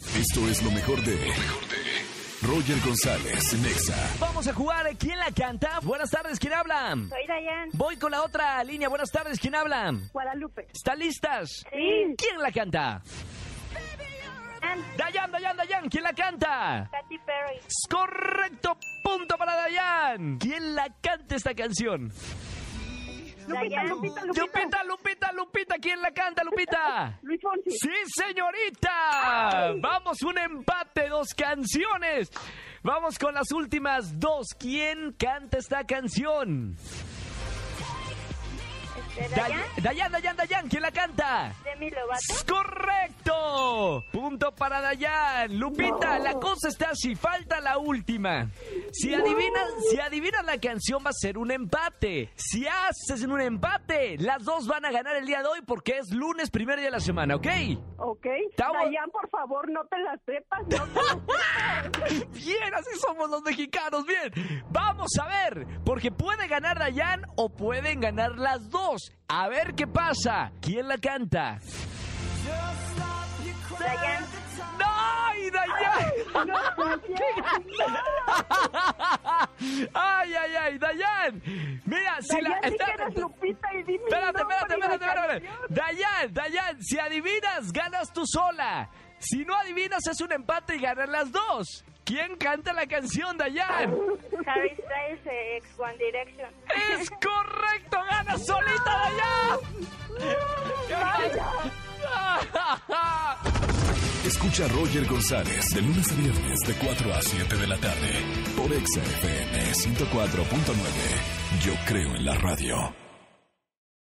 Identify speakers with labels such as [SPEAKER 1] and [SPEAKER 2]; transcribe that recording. [SPEAKER 1] Esto es lo mejor de. Roger González, Nexa.
[SPEAKER 2] Vamos a jugar. ¿Quién la canta? Buenas tardes, ¿quién habla?
[SPEAKER 3] Soy Dayan,
[SPEAKER 2] Voy con la otra línea. Buenas tardes, ¿quién habla?
[SPEAKER 3] Guadalupe.
[SPEAKER 2] ¿Están listas?
[SPEAKER 3] Sí.
[SPEAKER 2] ¿Quién la canta?
[SPEAKER 3] Dayan,
[SPEAKER 2] Dayan, Dayan, Dayan, ¿quién la canta?
[SPEAKER 3] Katy Perry.
[SPEAKER 2] Es Correcto, punto para Dayan. ¿Quién la canta esta canción?
[SPEAKER 3] Lupita, Lupita, Lupita.
[SPEAKER 2] Lupita, Lupita, Lupita, ¿quién la canta, Lupita?
[SPEAKER 3] Luis Fonsi.
[SPEAKER 2] Sí, señorita. Vamos, un empate, dos canciones. Vamos con las últimas dos. ¿Quién canta esta canción?
[SPEAKER 3] Este, Dayan,
[SPEAKER 2] Day- Dayan, Dayan, Dayan, ¿quién la canta?
[SPEAKER 3] Demi Lovato.
[SPEAKER 2] ¡Es ¡Correcto! Punto para Dayan. Lupita, la cosa está así. Falta la última. Si adivinas, si adivinas la canción va a ser un empate. Si haces un empate, las dos van a ganar el día de hoy porque es lunes, primer día de la semana, ¿ok?
[SPEAKER 4] Ok.
[SPEAKER 2] Tavo-
[SPEAKER 4] Dayan, por favor, no te las sepas. No te las
[SPEAKER 2] Bien, así somos los mexicanos. Bien, vamos a ver, porque puede ganar Dayan o pueden ganar las dos. A ver qué pasa. ¿Quién la canta?
[SPEAKER 3] Dayan,
[SPEAKER 2] ¡Ay, Dayan! ¡Ay, ay, ay! ¡Dayan! Mira, si
[SPEAKER 4] Dayan,
[SPEAKER 2] la.
[SPEAKER 4] di que
[SPEAKER 2] espérate,
[SPEAKER 4] eres Lupita y dime.
[SPEAKER 2] espérate, espérate, espérate, espérate. Dayan, Dayan, si adivinas, ganas tú sola. Si no adivinas, es un empate y ganan las dos. ¿Quién canta la canción, Dayan?
[SPEAKER 3] Harry Styles, eh, ex One Direction.
[SPEAKER 2] ¡Es correcto! ¡Gana solita Dayan!
[SPEAKER 1] Escucha a Roger González de lunes a viernes de 4 a 7 de la tarde por Exa FM 104.9. Yo creo en la radio.